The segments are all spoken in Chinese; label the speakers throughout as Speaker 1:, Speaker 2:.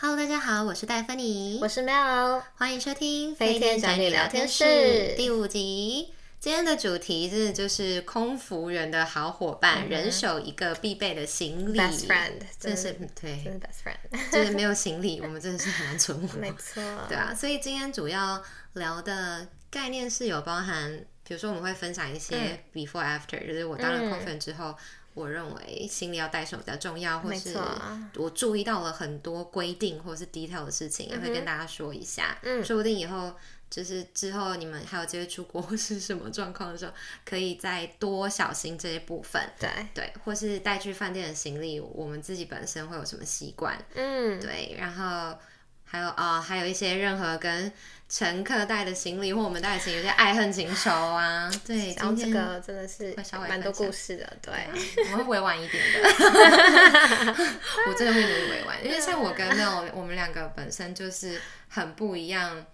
Speaker 1: Hello，大家好，我是戴芬妮，
Speaker 2: 我是 Mel，
Speaker 1: 欢迎收听
Speaker 2: 飞天宅女聊天室
Speaker 1: 第五集。今天的主题是就是空服人的好伙伴，人手一个必备的行李
Speaker 2: 嗯 best friend，
Speaker 1: 真的是
Speaker 2: 真
Speaker 1: 嗯对，
Speaker 2: 的 best friend，
Speaker 1: 就是没有行李，我们真的是很难存活。
Speaker 2: 没错，
Speaker 1: 对啊，所以今天主要聊的概念是有包含，比如说我们会分享一
Speaker 2: 嗯
Speaker 1: 些 before after，、就是我当了空分之后，我认为行李要带什么比较重要，或
Speaker 2: 没
Speaker 1: 是
Speaker 2: 错啊
Speaker 1: 我注意到了很多规定或是 detail 的事情，也会跟大家说一下。
Speaker 2: 嗯
Speaker 1: 说不定以后。就是之后你们还有机会出国或是什么状况的时候，可以再多小心这些部分，
Speaker 2: 对，
Speaker 1: 对，或是带去饭店的行李，我们自己本身会有什么习惯，
Speaker 2: 嗯，
Speaker 1: 对，然后还有啊、还有一些任何跟乘客带的行李或我们带的行李有些爱恨情仇啊，对，
Speaker 2: 然后
Speaker 1: 今天。
Speaker 2: 这个真的是
Speaker 1: 会稍微
Speaker 2: 蛮多
Speaker 1: 分享啊
Speaker 2: 故事的，对，
Speaker 1: 我会委婉一点 的，我真的会努力委婉，因为像我跟 Mel，我们两个本身就是很不一样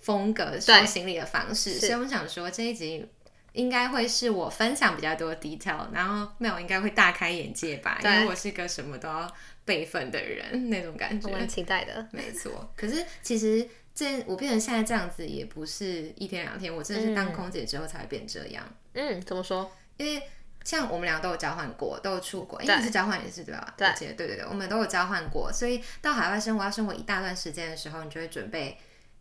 Speaker 1: 风格收
Speaker 2: 对
Speaker 1: 行李的方式，所以我想说这一集应该会是我分享比较多 detail，然后 Mel 应该会大开眼界吧，因
Speaker 2: 对
Speaker 1: 为我是个什么都要备份的人那种感觉
Speaker 2: 我。蛮期待的，
Speaker 1: 没错，可是其实这我变成现在这样子，也不是一天两天，我真的是当空姐之后才会变这样。
Speaker 2: 嗯，怎么说？
Speaker 1: 因为像我们俩都有交换过，都有出国，因
Speaker 2: 对
Speaker 1: 为是交换也是对吧？
Speaker 2: 对
Speaker 1: 我记得对对对，我们都有交换过，所以到海外生活要生活一大段时间的时候，你就会准备。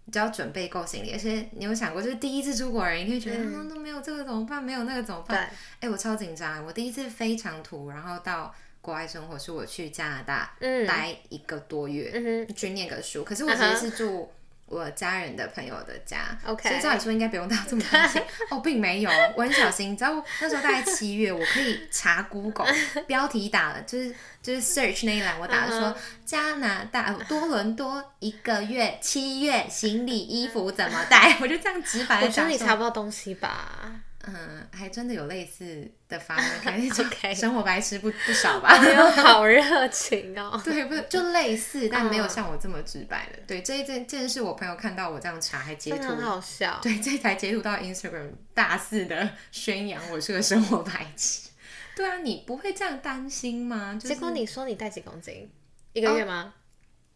Speaker 1: 你就要准备够行李，而且你有想过，就是第一次出国的人，你会觉得、啊都没有这个怎么办，没有那个怎么办？
Speaker 2: 嗯对
Speaker 1: 哎、我超紧张，我第一次非长途，然后到国外生活，是我去加拿大、
Speaker 2: 嗯
Speaker 1: 待一个多月，
Speaker 2: 嗯
Speaker 1: 去念个书。可是我其实是住我家人的朋友的家
Speaker 2: OK
Speaker 1: 所以照理说应该不用到这么担 心。哦，并没有，我很小心。你知道我那时候大概七月，我可以查 Google 标题打了，就是就是 search 那一栏，我打了说、
Speaker 2: 嗯
Speaker 1: 加拿大呃多伦多一个月七月行李衣服怎么带， 我就这样直白
Speaker 2: 哼，我
Speaker 1: 的
Speaker 2: 觉得
Speaker 1: 讲
Speaker 2: 你
Speaker 1: 说。
Speaker 2: 查不到东西吧？
Speaker 1: 嗯，还真的有类似的发 文，可能
Speaker 2: OK
Speaker 1: 生活白痴不不少 吧。
Speaker 2: 哎呦，好热情哦，
Speaker 1: 对，不就类似，但
Speaker 2: 嗯
Speaker 1: 没有像我这么直白的。对，这一件这件事，我朋友看到我这样查还截
Speaker 2: 真的
Speaker 1: 图
Speaker 2: 很，好笑，
Speaker 1: 对，这才截图到 Instagram 大肆的宣扬我是个生活白痴。对啊，你不会这样担心吗？就是、
Speaker 2: 结果你说你带几公斤？一个月吗？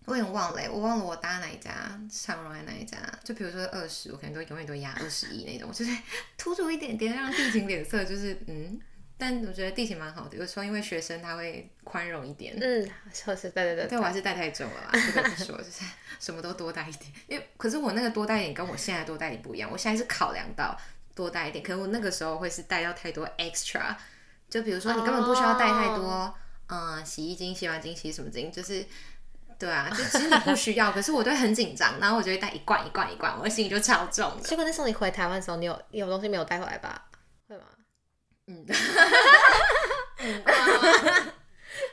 Speaker 1: 我有点忘了欸、我忘了我搭哪一家，长荣还是哪一家？就比如说二十，我可能都永远都压二十一那种，就是突出一点点，让地勤脸色就是嗯。但我觉得地勤蛮好的，有时候因为学生他会宽容一点。
Speaker 2: 嗯，确实，对对
Speaker 1: 对，
Speaker 2: 对，
Speaker 1: 我还是带太重 了啦，不得不说，就是什么都多带一点。因为可是我那个多带一点跟我现在多带一点不一样，我现在是考量到多带一点，可是我那个时候会是带到太多 extra，就比如说你根本不需要带太多，
Speaker 2: 哦
Speaker 1: 嗯，洗衣精、洗碗精、洗什么精，就是。对啊，就其实你不需 要，可是我都会很紧张，然后我就会带一罐一罐一罐，我的行李就超重的。
Speaker 2: 结果那时候你回台湾的时候，你有有东西没有带回来吧？会吗？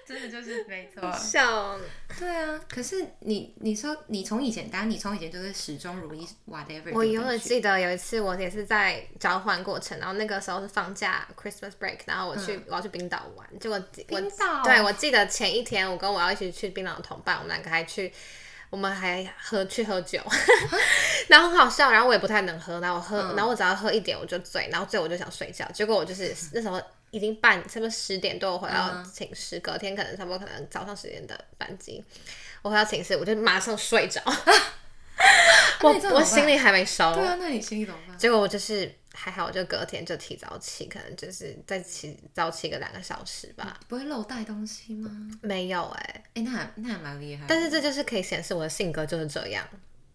Speaker 1: 真的就是没错
Speaker 2: 笑，
Speaker 1: 对啊，可是你你说你从以前，当然你从以前就是始终如一，whatever
Speaker 2: 我
Speaker 1: 丢进
Speaker 2: 永远
Speaker 1: 去
Speaker 2: 记得有一次，我也是在交换过程，然后那个时候是放假 Christmas break，然后我去、我要去冰岛玩，结果我
Speaker 1: 嗯冰岛
Speaker 2: 对我记得前一天我跟我要一起去冰岛的同伴，我们两个还去。我们还喝去喝
Speaker 1: 哦
Speaker 2: 酒， 然后很好笑，然后我也不太能喝，然后我喝，
Speaker 1: 嗯
Speaker 2: 然后我只要喝一点我就醉，然后醉我就想睡觉，结果 我就是那时候已经半差不多十点多我回到
Speaker 1: 嗯
Speaker 2: 寝室，隔天可能差不多可能早上十点的班机，我回到寝室我就马上睡 着，我
Speaker 1: 那你这怎么
Speaker 2: 我
Speaker 1: 办
Speaker 2: 行李还没收，
Speaker 1: 对啊，那你心里怎么办？
Speaker 2: 结果我就是还好，我就隔天就提早起，可能就是再起早起个两个小时吧。
Speaker 1: 不会漏带东西吗？
Speaker 2: 没有哎、
Speaker 1: 哎、那还那还蛮厉害的。
Speaker 2: 但是这就是可以显示我的性格就是这样。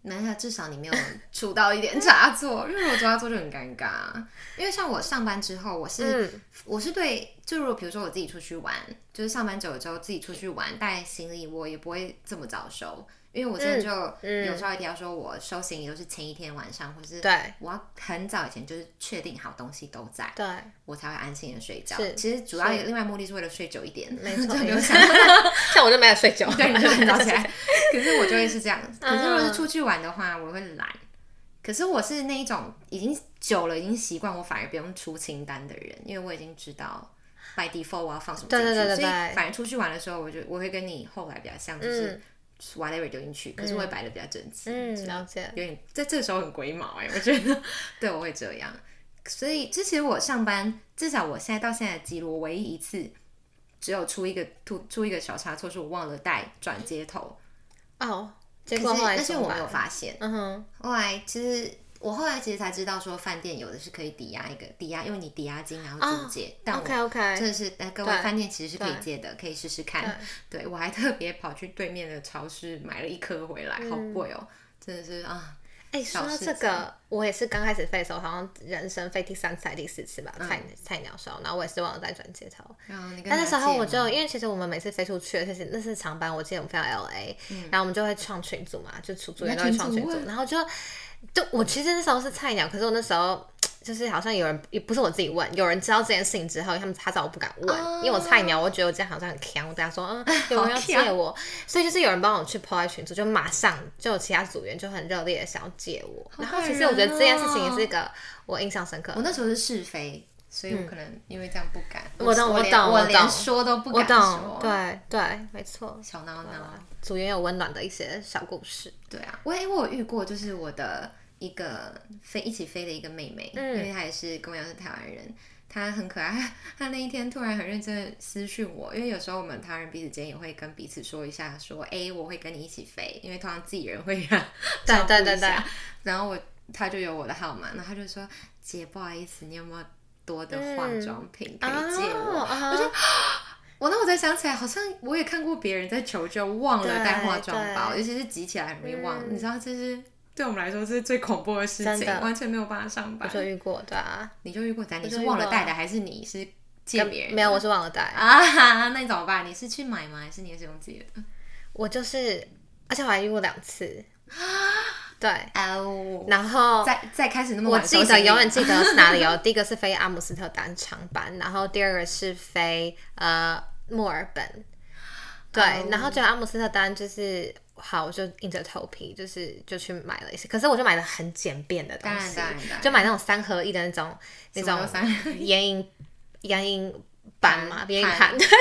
Speaker 1: 没下至少你没有出到一点差错，因为如果抓错就很尴尬。因为像我上班之后，我是、
Speaker 2: 嗯
Speaker 1: 我是对，就如果比如说我自己出去玩，就是上班久了之后自己出去玩带行李，我也不会这么早收，因为我之前就
Speaker 2: 嗯
Speaker 1: 有稍微提到说，我收行李都是前一天晚上，或是
Speaker 2: 对
Speaker 1: 我要很早以前就是确定好东西都在，
Speaker 2: 对，
Speaker 1: 我才会安心的睡觉
Speaker 2: 是。
Speaker 1: 其实主要另外目的是为了睡久一点，
Speaker 2: 没错
Speaker 1: 就没 有想
Speaker 2: 像我就没有睡觉，
Speaker 1: 对，你就很早起来。可是我就会是这样，可是如
Speaker 2: 嗯
Speaker 1: 果是出去玩的话，我会懒。可是我是那一种已经久了，已经习惯，我反而不用出清单的人，因为我已经知道 by default 我要放什么进去，
Speaker 2: 对对对对对
Speaker 1: 所以反而出去玩的时候，我就我会跟你后来比较像，就是
Speaker 2: 嗯
Speaker 1: whatever 丢进去，可是我会摆的比较整齐，
Speaker 2: 嗯，
Speaker 1: 所以
Speaker 2: 了解。
Speaker 1: 有点在这时候很龟毛哎、我觉得对我会这样。所以之前我上班，至少我现在到现在的记录，我唯一一次只有出一个突出一个小差错，是我忘了带转接头。
Speaker 2: 哦，结
Speaker 1: 可
Speaker 2: 果
Speaker 1: 是
Speaker 2: 后来
Speaker 1: 但是
Speaker 2: 怎么
Speaker 1: 我没
Speaker 2: 办
Speaker 1: 有发现，
Speaker 2: 嗯哼，
Speaker 1: 后来其实我后来其实才知道说饭店有的是可以抵押一个抵押，用你抵押金然后租借，但我
Speaker 2: OK，OK
Speaker 1: 真的是呃各位
Speaker 2: 啊对
Speaker 1: 饭店其实是可以借的，可以试试看。对我还特别跑去对面的超市买了一颗回来，好
Speaker 2: 嗯
Speaker 1: 贵哦，真的是啊。
Speaker 2: 哎、说
Speaker 1: 小
Speaker 2: 到
Speaker 1: 事
Speaker 2: 这
Speaker 1: 情
Speaker 2: 个，我也是刚开始飞的时候，好像人生飞第三次还是第四次吧，
Speaker 1: 嗯
Speaker 2: 菜菜鸟烧，然后我也是忘了带转接头。
Speaker 1: 然后你跟
Speaker 2: 但那时
Speaker 1: 他借
Speaker 2: 候我
Speaker 1: 吗
Speaker 2: 就因为其实我们每次飞出去，其实那是长班，我记得我们飞到 LA，、然后我们就会创群组嘛，就组组员都会创群
Speaker 1: 嗯你在
Speaker 2: 组
Speaker 1: 群，组
Speaker 2: 然后就就我其实那时候是菜鸟，可是我那时候。就是好像有人也不是我自己问，有人知道这件事情之后，他们他找我不敢问，
Speaker 1: 哦
Speaker 2: 因为我菜鸟，我觉得我这样好像 很强，我跟他说，嗯，有人要
Speaker 1: 好
Speaker 2: 借
Speaker 1: 呛
Speaker 2: 我，所以就是有人帮我去 PO 在群组，就马上就有其他组员就很热烈的想要借我，然
Speaker 1: 哦
Speaker 2: 后其实我觉得这件事情也是一个我印象深刻的
Speaker 1: 我那时候是试飞，所以我可能因为这样不敢。
Speaker 2: 嗯我懂
Speaker 1: 我
Speaker 2: 我
Speaker 1: 连
Speaker 2: 懂
Speaker 1: 我
Speaker 2: 我
Speaker 1: 连
Speaker 2: 懂
Speaker 1: 说都不
Speaker 2: 我
Speaker 1: 敢
Speaker 2: 懂
Speaker 1: 说。，
Speaker 2: 对对，没错。
Speaker 1: 小闹闹。
Speaker 2: 啊组员有温暖的一些小故事，
Speaker 1: 对啊，我也我有遇过，就是我的一个飞一起飞的一个妹妹，因
Speaker 2: 嗯
Speaker 1: 为她也是跟我一样是台湾人，她很可爱。 她她那一天突然很认真的私讯我，因为有时候我们台湾人彼此间也会跟彼此说一下说哎，我会跟你一起飞，因为通常自己人会让
Speaker 2: 对
Speaker 1: 照顾
Speaker 2: 对对
Speaker 1: 一下
Speaker 2: 对
Speaker 1: 然后我她就有我的号码，然后她就说姐不好意思，你有没有多的化妆品可以借我？
Speaker 2: 哦嗯啊、我就
Speaker 1: 我那我才想起来，好像我也看过别人在求救忘了带
Speaker 2: 对
Speaker 1: 化妆包，
Speaker 2: 对嗯
Speaker 1: 尤其是急起来很容易忘。你知道，这是对我们来说这是最恐怖的事
Speaker 2: 真
Speaker 1: 情，
Speaker 2: 的
Speaker 1: 完全没有办法上班。
Speaker 2: 就遇过，对啊，
Speaker 1: 你就遇过咱，你
Speaker 2: 就是遇
Speaker 1: 忘了
Speaker 2: 过
Speaker 1: 带
Speaker 2: 啊
Speaker 1: 的，还是你是借别人？
Speaker 2: 没有，我是忘了带，
Speaker 1: 啊，哈，那你怎么办？你是去买吗？还是你也是用借的？
Speaker 2: 我就是，而且我还遇过两次，对，
Speaker 1: 哦，
Speaker 2: 然后
Speaker 1: 再再开始那么
Speaker 2: 呃我
Speaker 1: 晚收
Speaker 2: 记
Speaker 1: 行
Speaker 2: 得
Speaker 1: 李
Speaker 2: 永远记得是哪里哦， 第一个是飞阿姆斯特丹长班，然后第二个是飞呃墨尔本，对
Speaker 1: 哦
Speaker 2: 然后就阿姆斯特丹就是好，我就硬着头皮就是就去买了一些，可是我就买了很简便的东西
Speaker 1: 当然当然当然，
Speaker 2: 就买那种三合一的那种那
Speaker 1: 什么
Speaker 2: 种
Speaker 1: 都三合
Speaker 2: 眼影眼影板嘛，
Speaker 1: 盘
Speaker 2: 眼影盘。对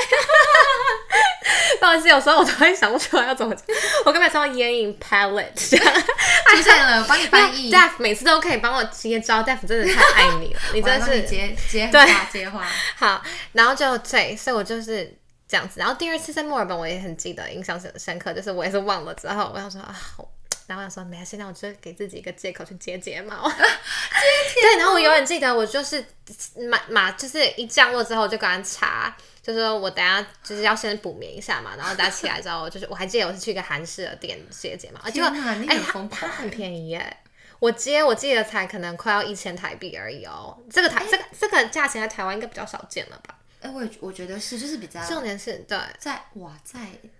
Speaker 2: 不好意思，有时候我都会想不出来要怎么讲，我根本上眼影 palette 这样。
Speaker 1: 出现了， 帮你翻译，
Speaker 2: Def 每次都可以帮我接招，Def 真的太爱你 了，啊你
Speaker 1: 我还
Speaker 2: 真
Speaker 1: 帮你
Speaker 2: 的是
Speaker 1: 接接
Speaker 2: 对
Speaker 1: 话接话。
Speaker 2: 好。然后就对，所以我就是这样子。然后第二次在墨尔本，我也很记得，印象很深刻，就是我也是忘了之后，我想说啊，我然后我想说没关系，那我就给自己一个借口去接 睫毛。对，然后我永远记得，我就是马马就是一降落之后，我就跟他查，就是说我等下就是要先补眠一下嘛，然后等下起来之后，就是我还记得我是去一个韩式的店接睫毛，结
Speaker 1: 天
Speaker 2: 果
Speaker 1: 哪你
Speaker 2: 哎
Speaker 1: 很
Speaker 2: 它
Speaker 1: 疯狂
Speaker 2: 它很便宜耶。我接我记得才可能快要一千台币而已哦，这个台、这个这个价钱在台湾应该比较少见了吧？
Speaker 1: 哎，我也我觉得是，就是比较
Speaker 2: 重点是对
Speaker 1: 在哇，在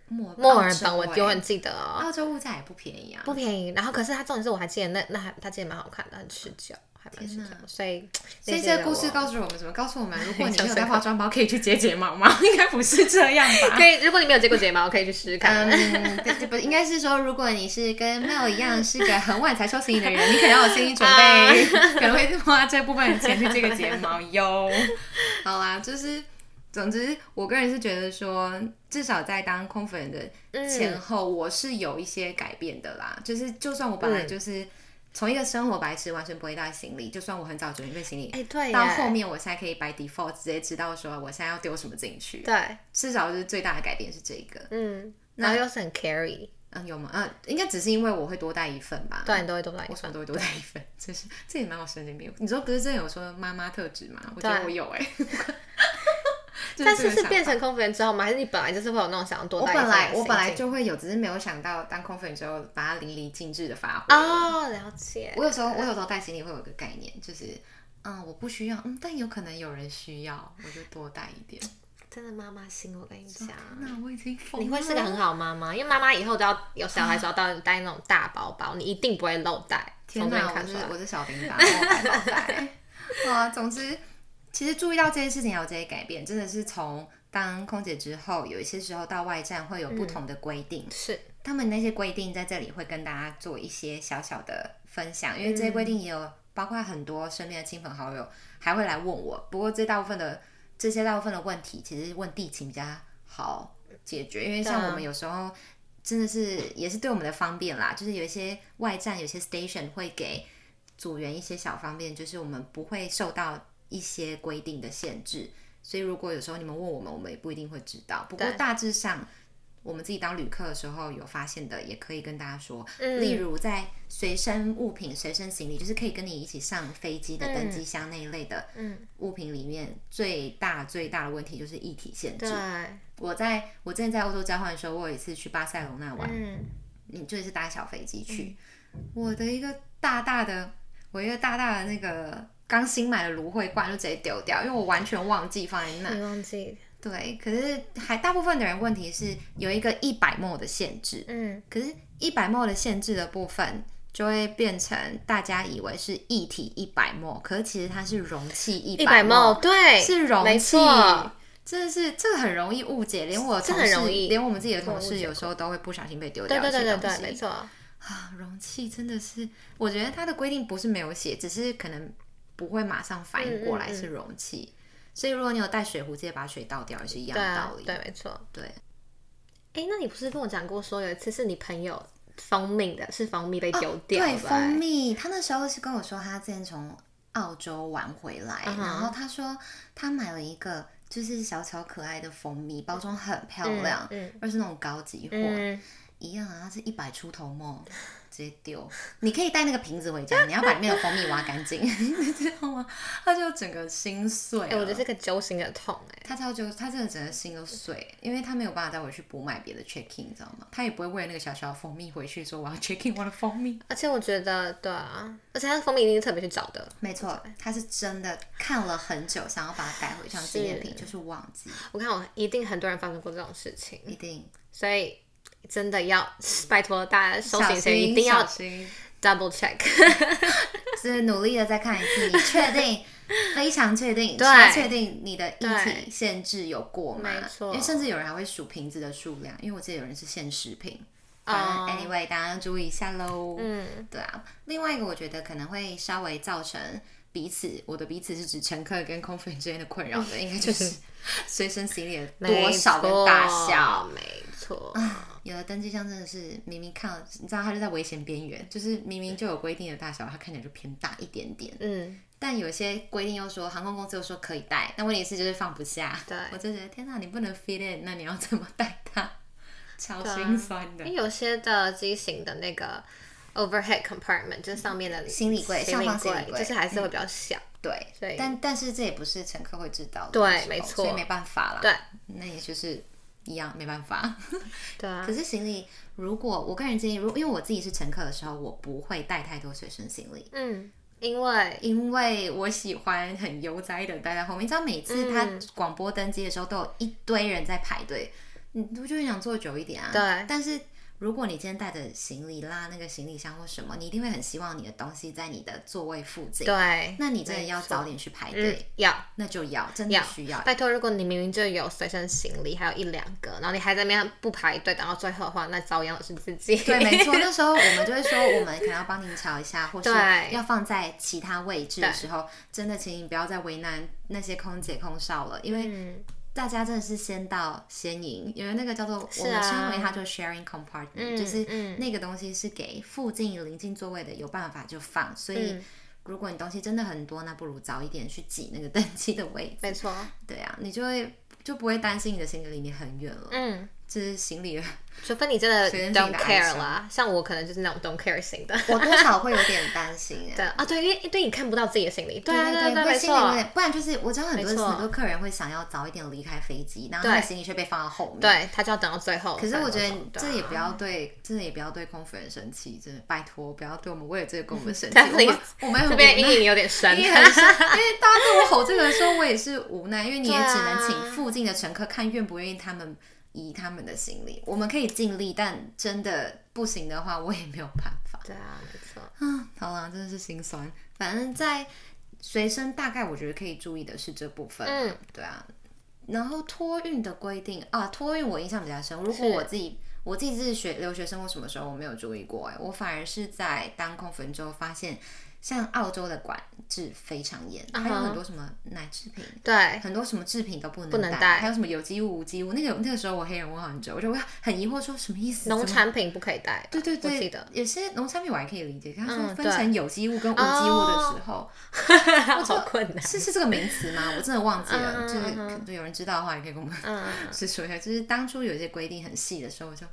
Speaker 1: 墨
Speaker 2: 墨尔
Speaker 1: 澳
Speaker 2: 本，
Speaker 1: 洲
Speaker 2: 我
Speaker 1: 哎
Speaker 2: 永远记得哦，
Speaker 1: 澳洲物价也不便宜啊，
Speaker 2: 不便宜。然后可是它重点是我还记得那那还它记得蛮好看的，很持久，还蛮持久。所以
Speaker 1: 所以
Speaker 2: 那些
Speaker 1: 这
Speaker 2: 的
Speaker 1: 个故事
Speaker 2: 我
Speaker 1: 告诉我们什么？告诉我们，如 果你
Speaker 2: 印象
Speaker 1: 没有
Speaker 2: 深
Speaker 1: 带
Speaker 2: 刻
Speaker 1: 化妆包，可以去接睫毛吗？ 应该不是这样吧？
Speaker 2: 可以，如果你没有接过睫毛，可以去试试看。
Speaker 1: 嗯， 对对不，应该是说，如果你是跟 Mel 一样是个很晚才收行李的人，你可能要有心理准
Speaker 2: 啊
Speaker 1: 备， 可能会花这部分钱去这个睫毛 哟。好啦，就是，总之，我个人是觉得说，至少在当空服人
Speaker 2: 嗯
Speaker 1: 的前后，我是有一些改变的啦。就是，就算我本
Speaker 2: 嗯
Speaker 1: 来就是。从一个生活白痴完全不会带行李，就算我很早准备行李，
Speaker 2: 哎 对耶
Speaker 1: 到后面我现在可以 by default 直接知道说我现在要丢什么进去，
Speaker 2: 对，
Speaker 1: 至少就是最大的改变是这个。
Speaker 2: 嗯，然后又是很 carry，
Speaker 1: 嗯，有吗？嗯，应该只是因为我会多带一份吧。
Speaker 2: 对，你都会多带一
Speaker 1: 我什么
Speaker 2: 份。
Speaker 1: 都会多带一份，真是这也蛮有神经病。你说不是真的有说妈妈特质吗？我觉得
Speaker 2: 对啊
Speaker 1: 我有哎、 就
Speaker 2: 但
Speaker 1: 这
Speaker 2: 是
Speaker 1: 个
Speaker 2: 是
Speaker 1: 想
Speaker 2: 变
Speaker 1: 法
Speaker 2: 成空服员之后吗？还是你本来就是会有那种想要多
Speaker 1: 我
Speaker 2: 带一份
Speaker 1: 本
Speaker 2: 的
Speaker 1: 来我
Speaker 2: 心
Speaker 1: 本来
Speaker 2: 境
Speaker 1: 就会有，只是没有想到当空粉之后把它淋漓尽致的发挥。
Speaker 2: 哦，了解。
Speaker 1: 我有时候我有时候带行李会有一个概念，就是嗯我不需要，嗯但有可能有人需要，我就多带一点。
Speaker 2: 真的妈妈心，我跟你讲。
Speaker 1: 那我已经疯了，
Speaker 2: 你会是个很好妈妈，因为妈妈以后都要有小孩的时候，都要带那种大包包，你一定不会漏带。
Speaker 1: 天
Speaker 2: 从这边
Speaker 1: 哪，我
Speaker 2: 看
Speaker 1: 是
Speaker 2: 出来。
Speaker 1: 我是小叮当， 我白脑袋。好啊，总之，其实注意到这件事情还有这些改变，真的是从当空姐之后，有一些时候到外站会有不
Speaker 2: 嗯
Speaker 1: 同的规定。
Speaker 2: 是，
Speaker 1: 他们那些规定在这里会跟大家做一些小小的分享，因为这
Speaker 2: 嗯
Speaker 1: 些规定也有包括很多身边的亲朋好友还会来问我。不过这大部分的这些大部分的问题，其实问地勤比较好解决，因为像
Speaker 2: 啊
Speaker 1: 我们有时候真的是也是对我们的方便啦，就是有一些外站有些 station 会给组员一些小方便，就是我们不会受到一些规定的限制。所以如果有时候你们问我们，我们也不一定会知道。不过大致上我们自己当旅客的时候有发现的，也可以跟大家说。例如在随身物品、随身行李，就是可以跟你一起上飞机的登机箱那一类的
Speaker 2: 嗯
Speaker 1: 物品里面，最大最大的问题就是一体限制
Speaker 2: 对。，
Speaker 1: 我在我之前在欧洲交换的时候，我有一次去巴塞隆纳玩，
Speaker 2: 嗯，
Speaker 1: 你就是搭小飞机去，我的一个大大的，我一个大大的那个刚新买的芦荟罐就直接丢掉，因为我完全忘记放在那。
Speaker 2: 你忘记，
Speaker 1: 对，可是还大部分的人问题是有一个一百墨的限制，
Speaker 2: 嗯，
Speaker 1: 可是，一百墨的限制的部分就会变成大家以为是液体一百墨，可是其实它是容器一
Speaker 2: 一百
Speaker 1: 墨，
Speaker 2: 毛，对，
Speaker 1: 是容
Speaker 2: 没
Speaker 1: 器
Speaker 2: 错，。
Speaker 1: 真的是这个很容易误解，连我
Speaker 2: 这
Speaker 1: 同
Speaker 2: 很
Speaker 1: 事
Speaker 2: 容易
Speaker 1: 连我们自己的同
Speaker 2: 误
Speaker 1: 事
Speaker 2: 解
Speaker 1: 有时候都会不小心被丢掉
Speaker 2: 对
Speaker 1: 一
Speaker 2: 对
Speaker 1: 些
Speaker 2: 对对
Speaker 1: 东
Speaker 2: 对，
Speaker 1: 西
Speaker 2: 没错，
Speaker 1: 啊，容器真的是，我觉得它的规定不是没有写，只是可能不会马上反应过来
Speaker 2: 嗯嗯嗯
Speaker 1: 是容器。所以如果你有带水壶，直接把水倒掉也是一样
Speaker 2: 对
Speaker 1: 的
Speaker 2: 啊
Speaker 1: 道，理。
Speaker 2: 对，没错。
Speaker 1: 对
Speaker 2: 哎，那你不是跟我讲过说有一次是你朋友蜂蜜的，是蜂蜜被丢掉
Speaker 1: 哦对，
Speaker 2: 了，
Speaker 1: 蜂蜜，他那时候是跟我说他之前从澳洲玩回来，
Speaker 2: 嗯哼
Speaker 1: 然后他说他买了一个就是小巧可爱的蜂蜜，包装很漂
Speaker 2: 嗯
Speaker 1: 亮，
Speaker 2: 嗯
Speaker 1: 而是那种高级货，
Speaker 2: 嗯，
Speaker 1: 一样啊，它是一百出头梦，直接丢。你可以带那个瓶子回家，你要把里面的蜂蜜挖干净， 你知道吗？他就整个心碎
Speaker 2: 哎，我觉得
Speaker 1: 了。
Speaker 2: 是个揪心的痛，哎，
Speaker 1: 他超就他真的整个心都碎，因为他没有办法再回去补买别的 check in，你知道吗？他也不会为了那个小小的蜂蜜回去说我要 check in 我的蜂蜜。
Speaker 2: 而且我觉得，对啊，而且它的蜂蜜一定是特别去找的。
Speaker 1: 没错， 他是真的看了很久，想要把它带回像纪念品，就是忘记，
Speaker 2: 我看我一定很多人发生过这种事情，
Speaker 1: 一定
Speaker 2: 所以真的要 拜托大家收
Speaker 1: 小
Speaker 2: 行前
Speaker 1: 心
Speaker 2: 一定要
Speaker 1: 小心，
Speaker 2: double check。
Speaker 1: 就是努力的再看一次，你确定非常确定，
Speaker 2: 对
Speaker 1: 超确定你的液体
Speaker 2: 对
Speaker 1: 限制有过吗？
Speaker 2: 没错
Speaker 1: 因为甚至有人还会数瓶子的数量，因为我记得有人是限食瓶。
Speaker 2: 哦
Speaker 1: 反正 anyway，大家要注意一下喽。
Speaker 2: 嗯，
Speaker 1: 对啊，另外一个我觉得可能会稍微造成彼此，我的彼此是指乘客跟空服员之间的困扰的，应该就是 随身行李的 多少跟大小。
Speaker 2: 没错，
Speaker 1: 有的登机箱真的是明明看了，你知道它就在危险边缘，就是明明就有规定的大小，它看起来就偏大一点点。
Speaker 2: 嗯，
Speaker 1: 但有些规定又说航空公司又说可以带，但问题是就是放不下。
Speaker 2: 对
Speaker 1: 我就觉得天哪，你不能 fit in，那你要怎么带它？超心酸的
Speaker 2: 啊因。为有些的机型的那个 overhead compartment 就是上面的
Speaker 1: 嗯行李柜
Speaker 2: 行
Speaker 1: 上方行李
Speaker 2: 柜
Speaker 1: 柜
Speaker 2: 就是还是会比较小。
Speaker 1: 对，
Speaker 2: 所以
Speaker 1: 但但是这也不是乘客会知道的，
Speaker 2: 对
Speaker 1: 有时候
Speaker 2: 没错
Speaker 1: 所以没办法啦。
Speaker 2: 对，
Speaker 1: 那也就是一样没办 法。
Speaker 2: 对啊
Speaker 1: 可，是行李，如果我个人建议，如因为我自己是乘客的时候，我不会带太多随身行李，
Speaker 2: 嗯，因为
Speaker 1: 因为我喜欢很悠哉的待在后面。你知道每次他
Speaker 2: 嗯
Speaker 1: 广播登机的时候，都有一堆人在排队，你不就很想坐久一点啊？
Speaker 2: 对
Speaker 1: 但是如果你今天带着行李拉那个行李箱或什么，你一定会很希望你的东西在你的座位附近。
Speaker 2: 对，
Speaker 1: 那你真的
Speaker 2: 没
Speaker 1: 要
Speaker 2: 错
Speaker 1: 早点去排
Speaker 2: 嗯
Speaker 1: 队，
Speaker 2: 要。
Speaker 1: 那就要真的需要。
Speaker 2: 拜托，如果你明明就有随身行李，还有一两个，然后你还在那边不排队，等到最后的话，那遭殃的是自己。
Speaker 1: 对，没错，那时候我们就会说，我们可能要帮您瞧一下，或是
Speaker 2: 对
Speaker 1: 要放在其他位置的时候，真的请你不要再为难那些空姐空少了，因为
Speaker 2: 嗯，
Speaker 1: 大家真的是先到先赢，因为那个叫做我们称为它就 sharing compartment，、
Speaker 2: 啊嗯
Speaker 1: 就是
Speaker 2: 嗯
Speaker 1: 那个东西是给附近临近座位的有办法就放，所以。
Speaker 2: 嗯
Speaker 1: 如果你东西真的很多，那不如早一点去挤那个登机的位置。
Speaker 2: 没错，
Speaker 1: 对啊，你就会就不会担心你的行李离你很远了，
Speaker 2: 嗯，
Speaker 1: 这是行李的
Speaker 2: 除非你真的
Speaker 1: 随身行
Speaker 2: don't
Speaker 1: 李的哀
Speaker 2: care
Speaker 1: 伤
Speaker 2: 啦，像我可能就是那种 don't care 型的。
Speaker 1: 我多少会有点担心
Speaker 2: 对
Speaker 1: 哎。
Speaker 2: 啊，对，因为对你看不到自己的行李，对啊，
Speaker 1: 对
Speaker 2: 对，
Speaker 1: 会
Speaker 2: 没
Speaker 1: 心里有
Speaker 2: 错，
Speaker 1: 点，不然就是我知道很
Speaker 2: 没
Speaker 1: 多
Speaker 2: 错
Speaker 1: 很多客人会想要早一点离开飞机，然后他的
Speaker 2: 对
Speaker 1: 行李却被放到后面。。
Speaker 2: 对他就要等到最后。
Speaker 1: 啊可是我觉得
Speaker 2: 对啊
Speaker 1: 这也不要对，真的也不要对空服人生气，真的拜托不要对我们为了这个跟我们生气。 我
Speaker 2: 但是
Speaker 1: 们
Speaker 2: 也
Speaker 1: 我们很
Speaker 2: 这
Speaker 1: 无奈
Speaker 2: 边阴影有点深，
Speaker 1: 因为 很生因为大家对我吼这个的时候，我也是无奈，因为你也
Speaker 2: 对
Speaker 1: 只
Speaker 2: 啊
Speaker 1: 能请附近的乘客看愿不愿意他们移他们的行李。我们可以尽力，但真的不行的话，我也没有办法。
Speaker 2: 对啊，没错，
Speaker 1: 啊，好啦，真的是心酸。反正，在随身大概我觉得可以注意的是这部分，
Speaker 2: 嗯，
Speaker 1: 对啊。然后托运的规定啊，托运我印象比较深。如果
Speaker 2: 是
Speaker 1: 我自己我自己是学留学生，我什么时候我没有注意过、欸？我反而是在当空服之后发现，像澳洲的管制非常严，
Speaker 2: 嗯哼
Speaker 1: 还有很多什么奶制品。
Speaker 2: 对，
Speaker 1: 很多什么制品都不能
Speaker 2: 不能带
Speaker 1: 带，还有什么有机物、无机物，那个那个时候我黑人问号很久，我就会很疑惑说什么意思？
Speaker 2: 农
Speaker 1: 怎么
Speaker 2: 产品不可以带吧，
Speaker 1: 对对
Speaker 2: 我记
Speaker 1: 对
Speaker 2: 得，
Speaker 1: 有些农产品我还可以理解，他说
Speaker 2: 嗯
Speaker 1: 分
Speaker 2: 对哦
Speaker 1: 成有机物跟无机物的时候，
Speaker 2: 好困难。
Speaker 1: 是是这个名词吗？我真的忘记了，
Speaker 2: 嗯
Speaker 1: 就是
Speaker 2: 嗯嗯
Speaker 1: 可能有人知道的话，也可以跟我们
Speaker 2: 嗯，
Speaker 1: 是说一下，就是当初有一些规定很细的时候，我就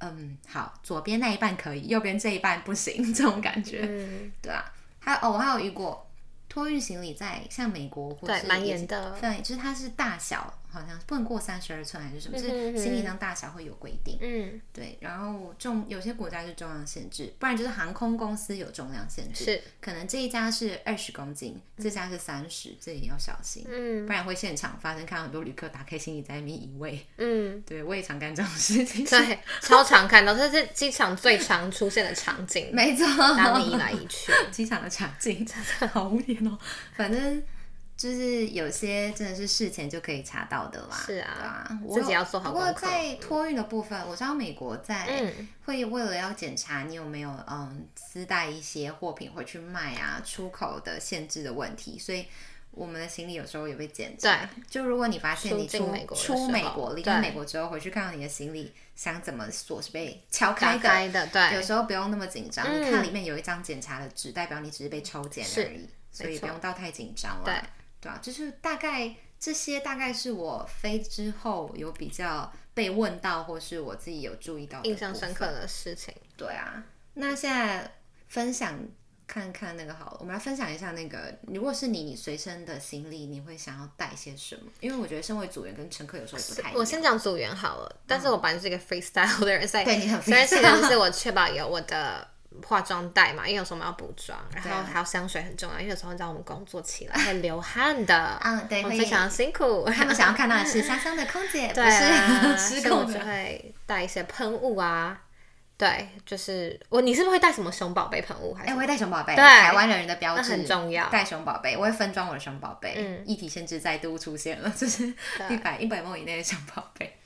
Speaker 1: 嗯好，左边那一半可以，右边这一半不行，这种感觉，
Speaker 2: 嗯
Speaker 1: 对啊。还有哦，我还有遇过托运行李在像美国或
Speaker 2: 对
Speaker 1: 是
Speaker 2: 蛮
Speaker 1: 一些
Speaker 2: 严的
Speaker 1: 对，就是它是大小好像不能过三十二寸还是什么，就
Speaker 2: 嗯
Speaker 1: 是
Speaker 2: 哼
Speaker 1: 行李箱大小会有规定。
Speaker 2: 嗯，
Speaker 1: 对，然后重有些国家是重量限制，不然就是航空公司有重量限制，
Speaker 2: 是，
Speaker 1: 可能这一家是二十公斤，这家是三十，这也要小心，
Speaker 2: 嗯
Speaker 1: 不然会现场发生看到很多旅客打开行李在那边移位，
Speaker 2: 嗯，
Speaker 1: 对我也常干这种事情，
Speaker 2: 对，超常看到，这是机场最常出现的场景，
Speaker 1: 没错，
Speaker 2: 当你移来移 去，
Speaker 1: 机场的场景真的 好无聊哦，反正。就是有些真的是事前就可以查到的啦，
Speaker 2: 是啊
Speaker 1: 对啊，我
Speaker 2: 自己
Speaker 1: 有
Speaker 2: 要做好
Speaker 1: 不过
Speaker 2: 功课
Speaker 1: 在托运的部分，我知道美国在
Speaker 2: 嗯，
Speaker 1: 会为了要检查你有没有嗯私带一些货品回去卖啊，出口的限制的问题，所以我们的行李有时候也被检查。就如果你发现你
Speaker 2: 出
Speaker 1: 出
Speaker 2: 境美国的时候
Speaker 1: 出美国，离开
Speaker 2: 对
Speaker 1: 美国之后回去看到你的行李箱怎么锁是被敲
Speaker 2: 打
Speaker 1: 开的，
Speaker 2: 开的，对，
Speaker 1: 有时候不用那么紧张，
Speaker 2: 嗯
Speaker 1: 你看里面有一张检查的纸，代表你只是被抽检而已，所以
Speaker 2: 没错
Speaker 1: 不用到太紧张了。
Speaker 2: 对，
Speaker 1: 对啊，就是大概这些大概是我飞之后有比较被问到，或是我自己有注意到的
Speaker 2: 印象深
Speaker 1: 部
Speaker 2: 刻
Speaker 1: 分。
Speaker 2: 的事情。
Speaker 1: 对啊，那现在分享看看那个好了，我们来分享一下那个，如果是你，你随身的行李你会想要带些什么？因为我觉得身为组员跟乘客有时候不太一样。
Speaker 2: 我先讲组员好了，但是我本来是一个 freestyle 的人，所以
Speaker 1: 嗯对你很
Speaker 2: 所以
Speaker 1: freestyle
Speaker 2: 这个是我确保有我的化妆袋嘛，因为有时候我们要补妆，然
Speaker 1: 对啊
Speaker 2: 后还有香水很重要，因为有时候你知道我们工作起来会流 汗的，
Speaker 1: 嗯对
Speaker 2: 我
Speaker 1: 会
Speaker 2: 们非常辛 苦。
Speaker 1: 他们想要看到的是香香的空姐，不
Speaker 2: 对啊，
Speaker 1: 是 失
Speaker 2: 所以我
Speaker 1: 控
Speaker 2: 就
Speaker 1: 的。
Speaker 2: 会带一些喷雾啊，对，就是我你是不是会带什么熊宝贝喷雾？还
Speaker 1: 哎、
Speaker 2: 是
Speaker 1: 我会带熊宝贝，
Speaker 2: 对
Speaker 1: 台湾人的标
Speaker 2: 那
Speaker 1: 志
Speaker 2: 很重要
Speaker 1: 带熊宝贝，我会分装我的熊宝贝，嗯，议题限制再度出现了，就是一百一百梦以内的熊宝贝，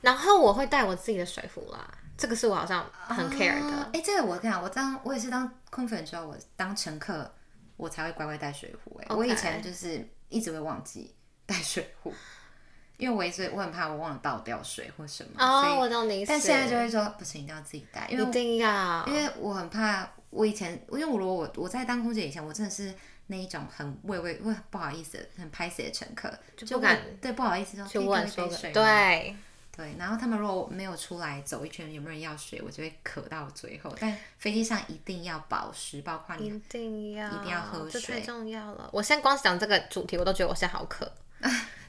Speaker 2: 然后我会带我自己的水壶啦，这个是我好像很 care 的。
Speaker 1: 哦哎、这个我跟你讲，我当我也是当空服员之后，我当乘客，我才会乖乖带水壶、哎我以前就是一直会忘记带水壶，因为我一直我很怕我忘了倒掉水或什么，
Speaker 2: 哦，
Speaker 1: 所
Speaker 2: 我
Speaker 1: 以
Speaker 2: 懂你意思。
Speaker 1: 但现在就会说不行，一定要自己带，因为
Speaker 2: 一定要，
Speaker 1: 因为我很怕，我以前因为我如果我我在当空姐以前，我真的是那一种很畏畏会不好意思、很拍死的乘客，就
Speaker 2: 不敢
Speaker 1: 会对不好意思说
Speaker 2: 去
Speaker 1: 可以给我
Speaker 2: 问
Speaker 1: 一
Speaker 2: 说
Speaker 1: 杯
Speaker 2: 个
Speaker 1: 水吗
Speaker 2: 对，
Speaker 1: 对，然后他们如果没有出来走一圈，有没有人要水，我就会渴到最后。但飞机上一定要保湿，包括你
Speaker 2: 一定要
Speaker 1: 一定要喝
Speaker 2: 这太
Speaker 1: 水
Speaker 2: 重要了。我现在光想这个主题，我都觉得我现在好渴。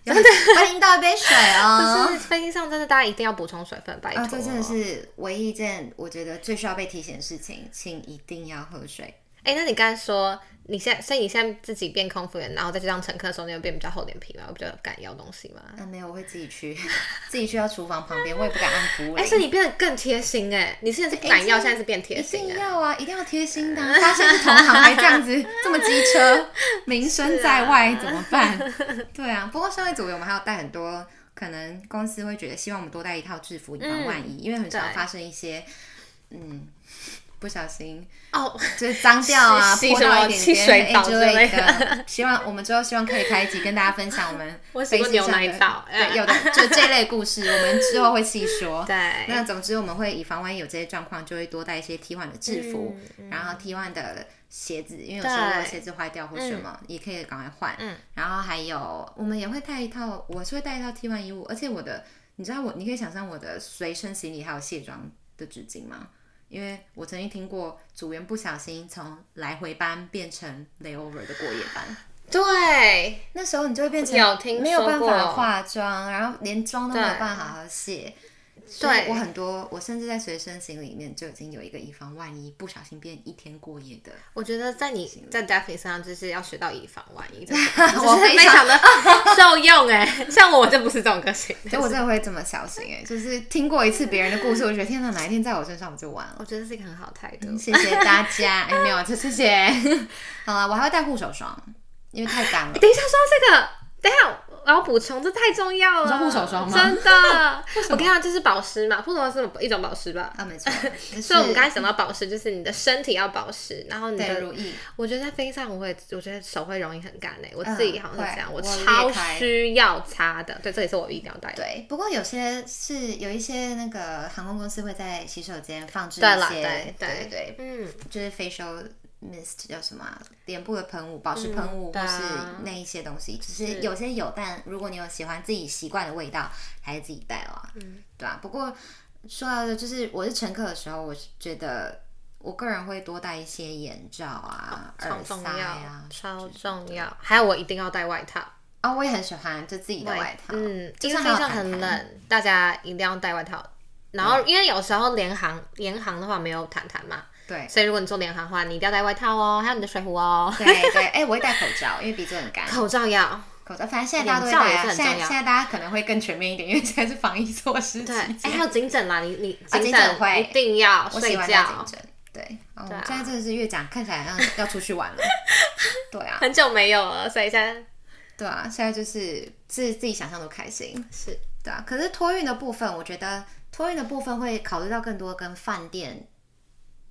Speaker 1: 真的欢迎倒一杯水 哦。
Speaker 2: 就是飞机上真的大家一定要补充水分，拜托。
Speaker 1: 啊，这真的是唯一一件我觉得最需要被提醒的事情，请一定要喝水。
Speaker 2: 哎、那你刚才说你现在，所以你现在自己变空服员，然后再去当乘客的时候，你有变比较厚脸皮吗？我比较敢要东西吗？
Speaker 1: 啊，没有，我会自己去， 自己去到厨房旁边，我也不敢按 服务
Speaker 2: 哎、
Speaker 1: 铃
Speaker 2: 所以你变得更贴心哎、你之前是不敢要，
Speaker 1: 哎真的
Speaker 2: 现在是变贴
Speaker 1: 一
Speaker 2: 心
Speaker 1: 定
Speaker 2: 哎、
Speaker 1: 要啊，一定要贴心的、啊。发现是同行还这样 子这么机车，名声在外怎么办？对啊，不过身为组员，我们还有带很多，可能公司会觉得希望我们多带一套制服以防万
Speaker 2: 嗯
Speaker 1: 一，因为很常
Speaker 2: 对
Speaker 1: 发生一些，嗯。不小心
Speaker 2: 哦，
Speaker 1: 就是脏掉啊，
Speaker 2: 是
Speaker 1: 泼到一点
Speaker 2: 是什么汽水
Speaker 1: 点哎
Speaker 2: 倒
Speaker 1: 之
Speaker 2: 之
Speaker 1: 类
Speaker 2: 类
Speaker 1: 的。希望我们之后希望可以开一集跟大家分享我 们
Speaker 2: 我洗
Speaker 1: 飞
Speaker 2: 过
Speaker 1: 机上
Speaker 2: 牛奶
Speaker 1: 的
Speaker 2: 倒哎
Speaker 1: 对，有的就这类故事，我们之后会细 说。
Speaker 2: 对，
Speaker 1: 那总之，我们会以防万一有这些状况，就会多带一些替换的制服，然后替换的鞋子，因为有时候如果
Speaker 2: 嗯对
Speaker 1: 鞋子坏掉或什么，也可以赶快换。嗯，然后还有我们也会带一套，我是会带一套替换衣物，而且我的，你知道我，你可以想象我的随身行李还有卸妆的纸巾吗？因为我曾经听过组员不小心从来回班变成 layover 的过夜班，
Speaker 2: 对，
Speaker 1: 那时候你就会变成
Speaker 2: 有听说
Speaker 1: 没有办法
Speaker 2: 过
Speaker 1: 化妆，然后连妆都没有办法好好卸。所以
Speaker 2: 对
Speaker 1: 我很多，我甚至在随身行李里面就已经有一个以防万一不小心变一天过夜 的。
Speaker 2: 我觉得在你在 Daphne 身上就是要学到以防万 一，这种
Speaker 1: 我
Speaker 2: 就是
Speaker 1: 非
Speaker 2: 非
Speaker 1: 常
Speaker 2: 常的受用哎、像我就不是这种个性，
Speaker 1: 所以我真的会这么小心 哎、就是听过一次别人的故事，我觉得天哪，哪一天在我身上我就完 了。
Speaker 2: 我觉得是一个很好的态度。
Speaker 1: 谢谢大家，哎没 有，就谢谢。好了，我还会带护手霜，因为太干了。
Speaker 2: 等一下说到这个，等一下，我要补充，这太重要
Speaker 1: 你
Speaker 2: 了。
Speaker 1: 说护手霜吗
Speaker 2: 真 的，我跟你讲，这是保湿嘛，护手霜是一种保湿吧。
Speaker 1: 啊，没 错。
Speaker 2: 所以我们刚才
Speaker 1: 始
Speaker 2: 讲到保湿，就是你的身体要保湿，然后你
Speaker 1: 对
Speaker 2: 的
Speaker 1: 如意，
Speaker 2: 我觉得在飞上我会，我觉得手会容易很干诶、欸我自己好像是这样，
Speaker 1: 嗯会
Speaker 2: 我
Speaker 1: 我
Speaker 2: 超
Speaker 1: 裂开
Speaker 2: 需要擦的。对，这也是我一定要带的。
Speaker 1: 对。不过有些是有一些那个航空公司会在洗手间放置一
Speaker 2: 对啦
Speaker 1: 些，
Speaker 2: 对
Speaker 1: 对
Speaker 2: 对
Speaker 1: 对，
Speaker 2: 嗯，
Speaker 1: 就是 facial mist 叫什么啊、脸部的喷雾、保湿
Speaker 2: 嗯
Speaker 1: 喷雾，
Speaker 2: 对
Speaker 1: 或是
Speaker 2: 啊
Speaker 1: 那一些东西。只是
Speaker 2: 是
Speaker 1: 有些有，但如果你有喜欢自己习惯的味道，还是自己带啦。嗯，对啊。不过说到的，就是我是乘客的时候，我是觉得我个人会多带一些眼罩啊、
Speaker 2: 哦超
Speaker 1: 耳塞
Speaker 2: 重
Speaker 1: 啊
Speaker 2: 要，，超重要。还有我一定要带外套，
Speaker 1: 啊、我也很喜欢就自己的外套。
Speaker 2: 嗯，
Speaker 1: 就
Speaker 2: 因为
Speaker 1: 算还
Speaker 2: 飞
Speaker 1: 有
Speaker 2: 上
Speaker 1: 毯
Speaker 2: 很
Speaker 1: 毯
Speaker 2: 冷，大家一定要带外套。然
Speaker 1: 嗯
Speaker 2: 后因为有时候联航联航的话没有毯毯嘛，
Speaker 1: 对
Speaker 2: 所以如果你坐联航的话，你一定要带外套哦，还有你的水壶哦，
Speaker 1: 对对，哎、我会戴口罩，因为鼻子很 干。
Speaker 2: 口 罩要。
Speaker 1: 口罩，反正现在大家都会
Speaker 2: 眼罩
Speaker 1: 戴、啊，
Speaker 2: 也是很
Speaker 1: 现在
Speaker 2: 重要
Speaker 1: 现在大家可能会更全面一点，因为现在是防疫措施
Speaker 2: 对，
Speaker 1: 期
Speaker 2: 哎、
Speaker 1: 间。
Speaker 2: 还有颈枕啦，你你
Speaker 1: 啊
Speaker 2: 颈
Speaker 1: 颈枕会
Speaker 2: 一定要
Speaker 1: 我
Speaker 2: 睡
Speaker 1: 喜欢戴
Speaker 2: 觉
Speaker 1: 颈。枕。对，哦，
Speaker 2: 对啊
Speaker 1: 现在真的是越讲看起来好像要出去玩了。 对啊，
Speaker 2: 很久没有了，所以现
Speaker 1: 对啊，现在就是自自己想象都开心
Speaker 2: 在。是
Speaker 1: 对啊，可是托运的部分，我觉得托运的部分会考虑到更多跟饭店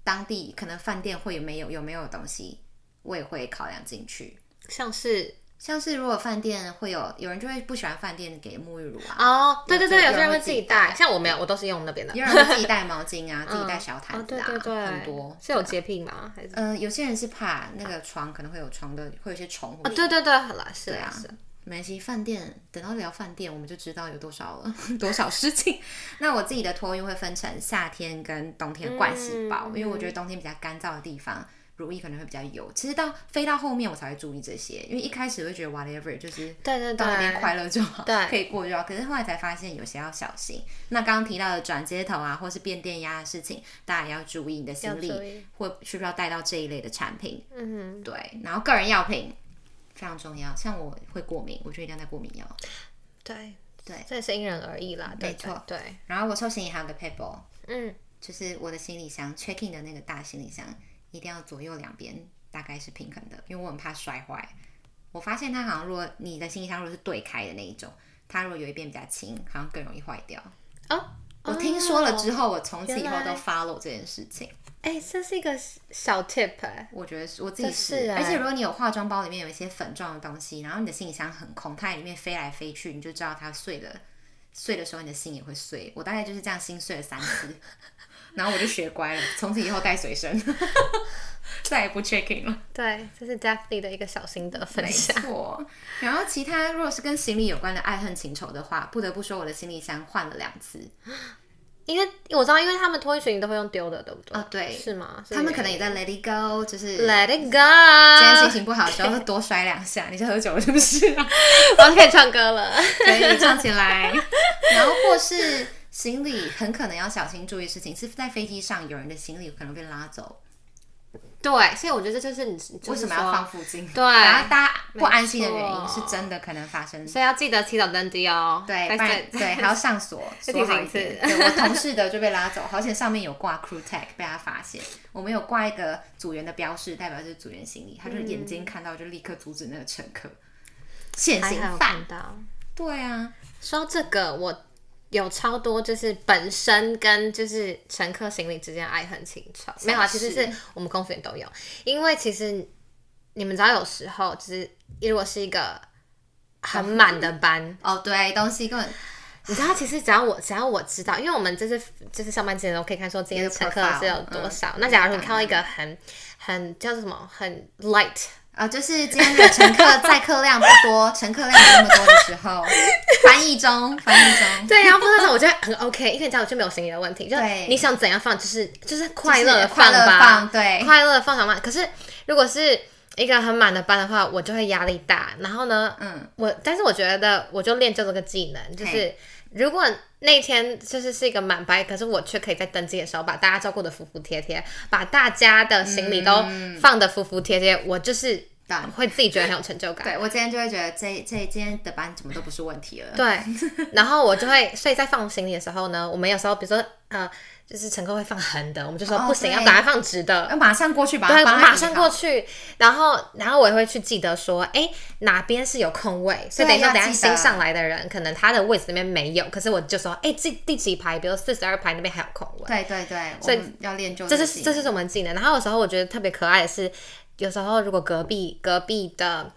Speaker 1: 当地可能饭店会有没有有没有东西，我也会考量进去。
Speaker 2: 像是
Speaker 1: 像是如果饭店会有有人就会不喜欢饭店给沐浴乳啊，
Speaker 2: 哦，对对对，
Speaker 1: 有
Speaker 2: 有
Speaker 1: 有
Speaker 2: 些
Speaker 1: 人
Speaker 2: 人
Speaker 1: 会
Speaker 2: 会
Speaker 1: 自
Speaker 2: 自
Speaker 1: 己
Speaker 2: 己
Speaker 1: 带
Speaker 2: 带，像我没有，我都是用那边的。
Speaker 1: 有人会自己带毛巾 啊，自己带小
Speaker 2: 哦
Speaker 1: 毯子
Speaker 2: 对
Speaker 1: 啊，
Speaker 2: 对对，
Speaker 1: 很多。啊
Speaker 2: 是有洁癖吗？还是？
Speaker 1: 嗯、有些人是怕那个床可能会有床的，会有一些虫或
Speaker 2: 哦，对对对，好啦，是啊是啊。
Speaker 1: 没关系，饭店等到聊饭店，我们就知道有多少了 多少事情。 那我自己的托运会分成夏天跟冬天盥洗包，
Speaker 2: 嗯
Speaker 1: 因为我觉得冬天比较干燥的地方，乳液可能会比较油。其实到飞到后面我才会注意这些，因为一开始会觉得 whatever 就是
Speaker 2: 对对
Speaker 1: 到那边
Speaker 2: 对，
Speaker 1: 快乐就好，
Speaker 2: 对
Speaker 1: 可以过就好。可是后来才发现有些要小心。那刚刚提到的转接头啊，或是变电压的事情，大家也要注意你的行
Speaker 2: 要注
Speaker 1: 李
Speaker 2: 意
Speaker 1: 或需不需要带到这一类的产品。
Speaker 2: 嗯，
Speaker 1: 对，然后个人药品非常重要，像我会过敏，我就一定要带过敏药。
Speaker 2: 对
Speaker 1: 对，
Speaker 2: 这也是因人而异啦，对
Speaker 1: 没错
Speaker 2: 对，对
Speaker 1: 然后我抽行李还有个 paper，
Speaker 2: 嗯，
Speaker 1: 就是我的行李箱 check in 的那个大行李箱，一定要左右两边大概是平衡的，因为我很怕摔坏。我发现它好像，如果你的行李箱如果是对开的那一种，它如果有一边比较轻，好像更容易坏掉。
Speaker 2: 哦，
Speaker 1: 我听说了之
Speaker 2: 后，
Speaker 1: 后，我从此以后
Speaker 2: 原
Speaker 1: 都
Speaker 2: 来
Speaker 1: follow 这件事情。
Speaker 2: 哎，这是一个小 tip 哎，
Speaker 1: 我觉得是我自己
Speaker 2: 这
Speaker 1: 是，
Speaker 2: 是欸
Speaker 1: 而且如果你有化妆包里面有一些粉状的东西，然后你的行李箱很空，它在里面飞来飞去，你就知道它碎了。碎的时候，你的心也会碎。我大概就是这样心碎了三次， 然后我就学乖了，从此以后带随身， 再也不 checking 了。
Speaker 2: 对，这是 Daphne 的一个小心得分
Speaker 1: 没
Speaker 2: 享。
Speaker 1: 错。然后其他如果是跟行李有关的爱恨情仇的话，不得不说我的行李箱换了两次。
Speaker 2: 因为我知道，因为他们托运行李都会用丢的，对不对？
Speaker 1: 哦对
Speaker 2: 是吗？是
Speaker 1: 他们可
Speaker 2: 这个
Speaker 1: 能也在 let it go，就是今
Speaker 2: Let
Speaker 1: 天
Speaker 2: it go，
Speaker 1: 心情不好的时候多摔两下。你是喝酒了是不 是啊？
Speaker 2: 我哦可以唱歌了。
Speaker 1: 可以唱起来。 然后或是行李很可能要小心注意的事情，是在飞机上有人的行李可能被拉走，
Speaker 2: 对，所以我觉得这就是你
Speaker 1: 为什么要放？附近？
Speaker 2: 对
Speaker 1: 然后大家不安心的
Speaker 2: 没错
Speaker 1: 原因是真的可能发生。
Speaker 2: 所以要记得提早登机哦。
Speaker 1: 对，
Speaker 2: 但
Speaker 1: 不
Speaker 2: 是
Speaker 1: 然对还要上锁，
Speaker 2: 再
Speaker 1: 锁好
Speaker 2: 提醒
Speaker 1: 一
Speaker 2: 一次
Speaker 1: 点。对我同事的就被拉走，好险上面有挂 crew tag 被他发现，我们有挂一个组员的标示，代表是组员行李，他就眼睛看到就立刻阻止那个乘客，现行
Speaker 2: 还好有
Speaker 1: 犯
Speaker 2: 看。到。
Speaker 1: 对啊，
Speaker 2: 说到这个，我有超多就是本身跟就是乘客行李之间爱恨情仇，没有啊，
Speaker 1: 是
Speaker 2: 其实是我们公司也都有，因为其实你们知道，有时候就是如果是一个很满的班，
Speaker 1: 哦对，东西根本
Speaker 2: 你知道，其实只要我只要我知道，因为我们这次就是上班之前都可以看说今天乘客是有多少。
Speaker 1: 嗯
Speaker 2: 那假如你看到一个很很叫做什么很 light，
Speaker 1: 啊，就是今天的乘客载客量不多，乘客量没那么多的时候，翻译中，翻译中，
Speaker 2: 对，然后那时 候我觉得很 OK，因为你知道我就没有行李的问题，就是
Speaker 1: 对
Speaker 2: 你想怎样放就是
Speaker 1: 就
Speaker 2: 就是
Speaker 1: 是
Speaker 2: 快乐的
Speaker 1: 快
Speaker 2: 放
Speaker 1: 乐
Speaker 2: 吧
Speaker 1: 放，，对，
Speaker 2: 快乐的放好吗？可是如果是一个很满的班的话，我就会压力大。然后呢，
Speaker 1: 嗯，
Speaker 2: 我但是我觉得我就练就这个技能，就是
Speaker 1: 嘿
Speaker 2: 如果那天就是是一个满班，可是我却可以在登机的时候把大家照顾的服服帖帖，把大家的行李都
Speaker 1: 嗯
Speaker 2: 放的服服帖帖，我就是
Speaker 1: 对
Speaker 2: 会自己觉得很有 成就感。
Speaker 1: 对我今天就会觉得这这今天的班怎么都不是问题了，
Speaker 2: 对，然后我就会，所以在放行李的时候呢，我们有时候比如说呃，就是乘客会放横的，我们就说
Speaker 1: 哦
Speaker 2: 不行，
Speaker 1: 对
Speaker 2: 要赶快放直的。
Speaker 1: 要马上过去把它
Speaker 2: 对，
Speaker 1: 搬，
Speaker 2: 马上过。去，然后，然后我也会去记得说，哎，哪边是有空位，所以等一下，
Speaker 1: 要
Speaker 2: 等一下
Speaker 1: 记得
Speaker 2: 新上来的人，可能他的位置那边没有，可是我就说，哎，这第几排，比如四十二排那边还有空位，
Speaker 1: 对对对，
Speaker 2: 所以
Speaker 1: 我们要练就
Speaker 2: 这
Speaker 1: 个
Speaker 2: 是
Speaker 1: 技
Speaker 2: 这
Speaker 1: 能
Speaker 2: 是我们技能。然后有时候我觉得特别可爱的是，有时候如果隔壁隔壁的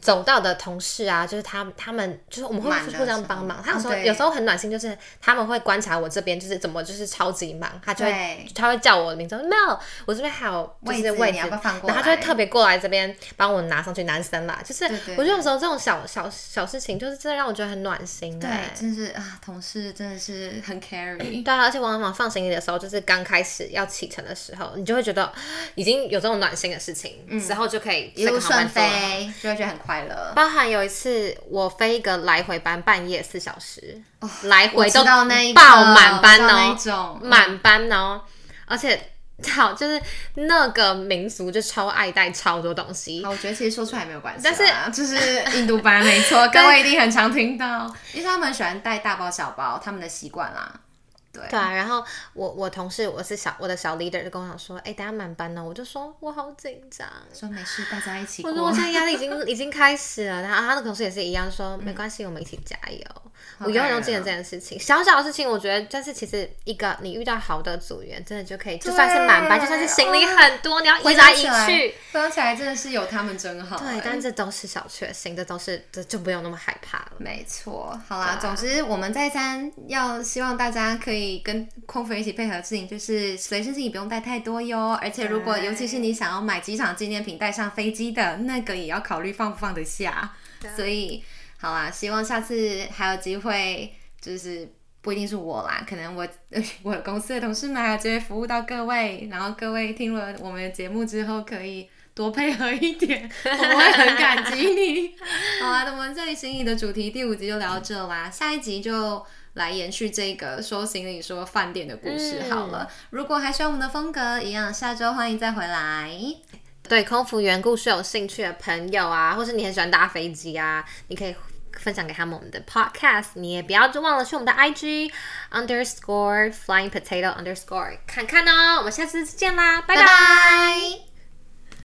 Speaker 2: 走道的同事啊，就是他们他们就是我们会
Speaker 1: 满的
Speaker 2: 互相
Speaker 1: 时候
Speaker 2: 帮忙。他有
Speaker 1: 哦
Speaker 2: 时候
Speaker 1: 对
Speaker 2: 有时候很暖心，就是他们会观察我这边就是怎么就是超级忙，他就会
Speaker 1: 对
Speaker 2: 他会叫我的名字，no，我这边还有就是
Speaker 1: 位置
Speaker 2: 位
Speaker 1: 你
Speaker 2: 置，
Speaker 1: 要不要放过
Speaker 2: 然后他就会
Speaker 1: 来
Speaker 2: 特别过来这边帮我拿上去。男生啦，就是
Speaker 1: 对对
Speaker 2: 我觉得有时候这种小小小事情，就是真的让我觉得很暖心、
Speaker 1: 对
Speaker 2: 哎，
Speaker 1: 真是啊，同事真的是很 carry。
Speaker 2: 对啊，而且往往放行李的时候，就是刚开始要启程的时候，你就会觉得啊已经有这种暖心的事情，之后就可以
Speaker 1: 嗯一路
Speaker 2: 这个航
Speaker 1: 顺
Speaker 2: 班做啊了。
Speaker 1: 飞，就会觉得很快乐。
Speaker 2: 包含有一次我飞一个来回班，半夜四小时，来
Speaker 1: 哦我
Speaker 2: 回
Speaker 1: 知
Speaker 2: 都
Speaker 1: 道那一个
Speaker 2: 爆满
Speaker 1: 我
Speaker 2: 班
Speaker 1: 知道那
Speaker 2: 哦
Speaker 1: 一，种
Speaker 2: 满班哦，而且好就是那个民族就超爱带超多东西，
Speaker 1: 哦好，我觉得其实说出来没有关系啦，
Speaker 2: 但 是
Speaker 1: 就是印度班没错，各位一定很常听到，因为他们很喜欢带大包小包，他们的习惯啦。对，
Speaker 2: 对啊，然后我我同事我是小我的小 leader 就跟我讲说，哎、等下满班呢，我就说我好紧张，
Speaker 1: 说没事，大家一起
Speaker 2: 我说我
Speaker 1: 过
Speaker 2: 现。在压力已经已经开始了，然后他的同事也是一样说，没关系，我们一起加油。我永远都记得这件事情，小小的事情，我觉得，但是其实一个你遇到好的组员，真的就可以，就算是满班，就算是行李很多，你要移
Speaker 1: 回
Speaker 2: 来
Speaker 1: 想
Speaker 2: 移
Speaker 1: 起来
Speaker 2: 去，，嗯
Speaker 1: 想起来真的是有他们真好、
Speaker 2: 对
Speaker 1: 哎，
Speaker 2: 但这都是小确幸，这都是这就不用那么害怕了。
Speaker 1: 没错，好啦，总之我们再三要希望大家可以跟空服一起配合的事情，就是随身行李不用带太多哟。而且如果
Speaker 2: 对
Speaker 1: 尤其是你想要买机场纪念品带上飞机的那个，也要考虑放不放得下。所以好啦，希望下次还有机会，就是不一定是我啦，可能我 我公司的同事们还有机会服务到各位，然后各位听了我们的节目之后可以。多配合一点，我们会很感激你。 好啊啦，那我们这里行李的主题第五集就聊到这啦，下一集就来延续这个说行李说饭店的故事好了。
Speaker 2: 嗯
Speaker 1: 如果还喜欢我们的风格，一样下周欢迎再回来。
Speaker 2: 对空服员故事有兴趣的朋友啊，或是你很喜欢搭飞机啊，你可以分享给他们我们的 podcast。你也不要忘了去我们的 IG underscore flying potato underscore 看看哦。我们下次见啦，拜拜
Speaker 1: 拜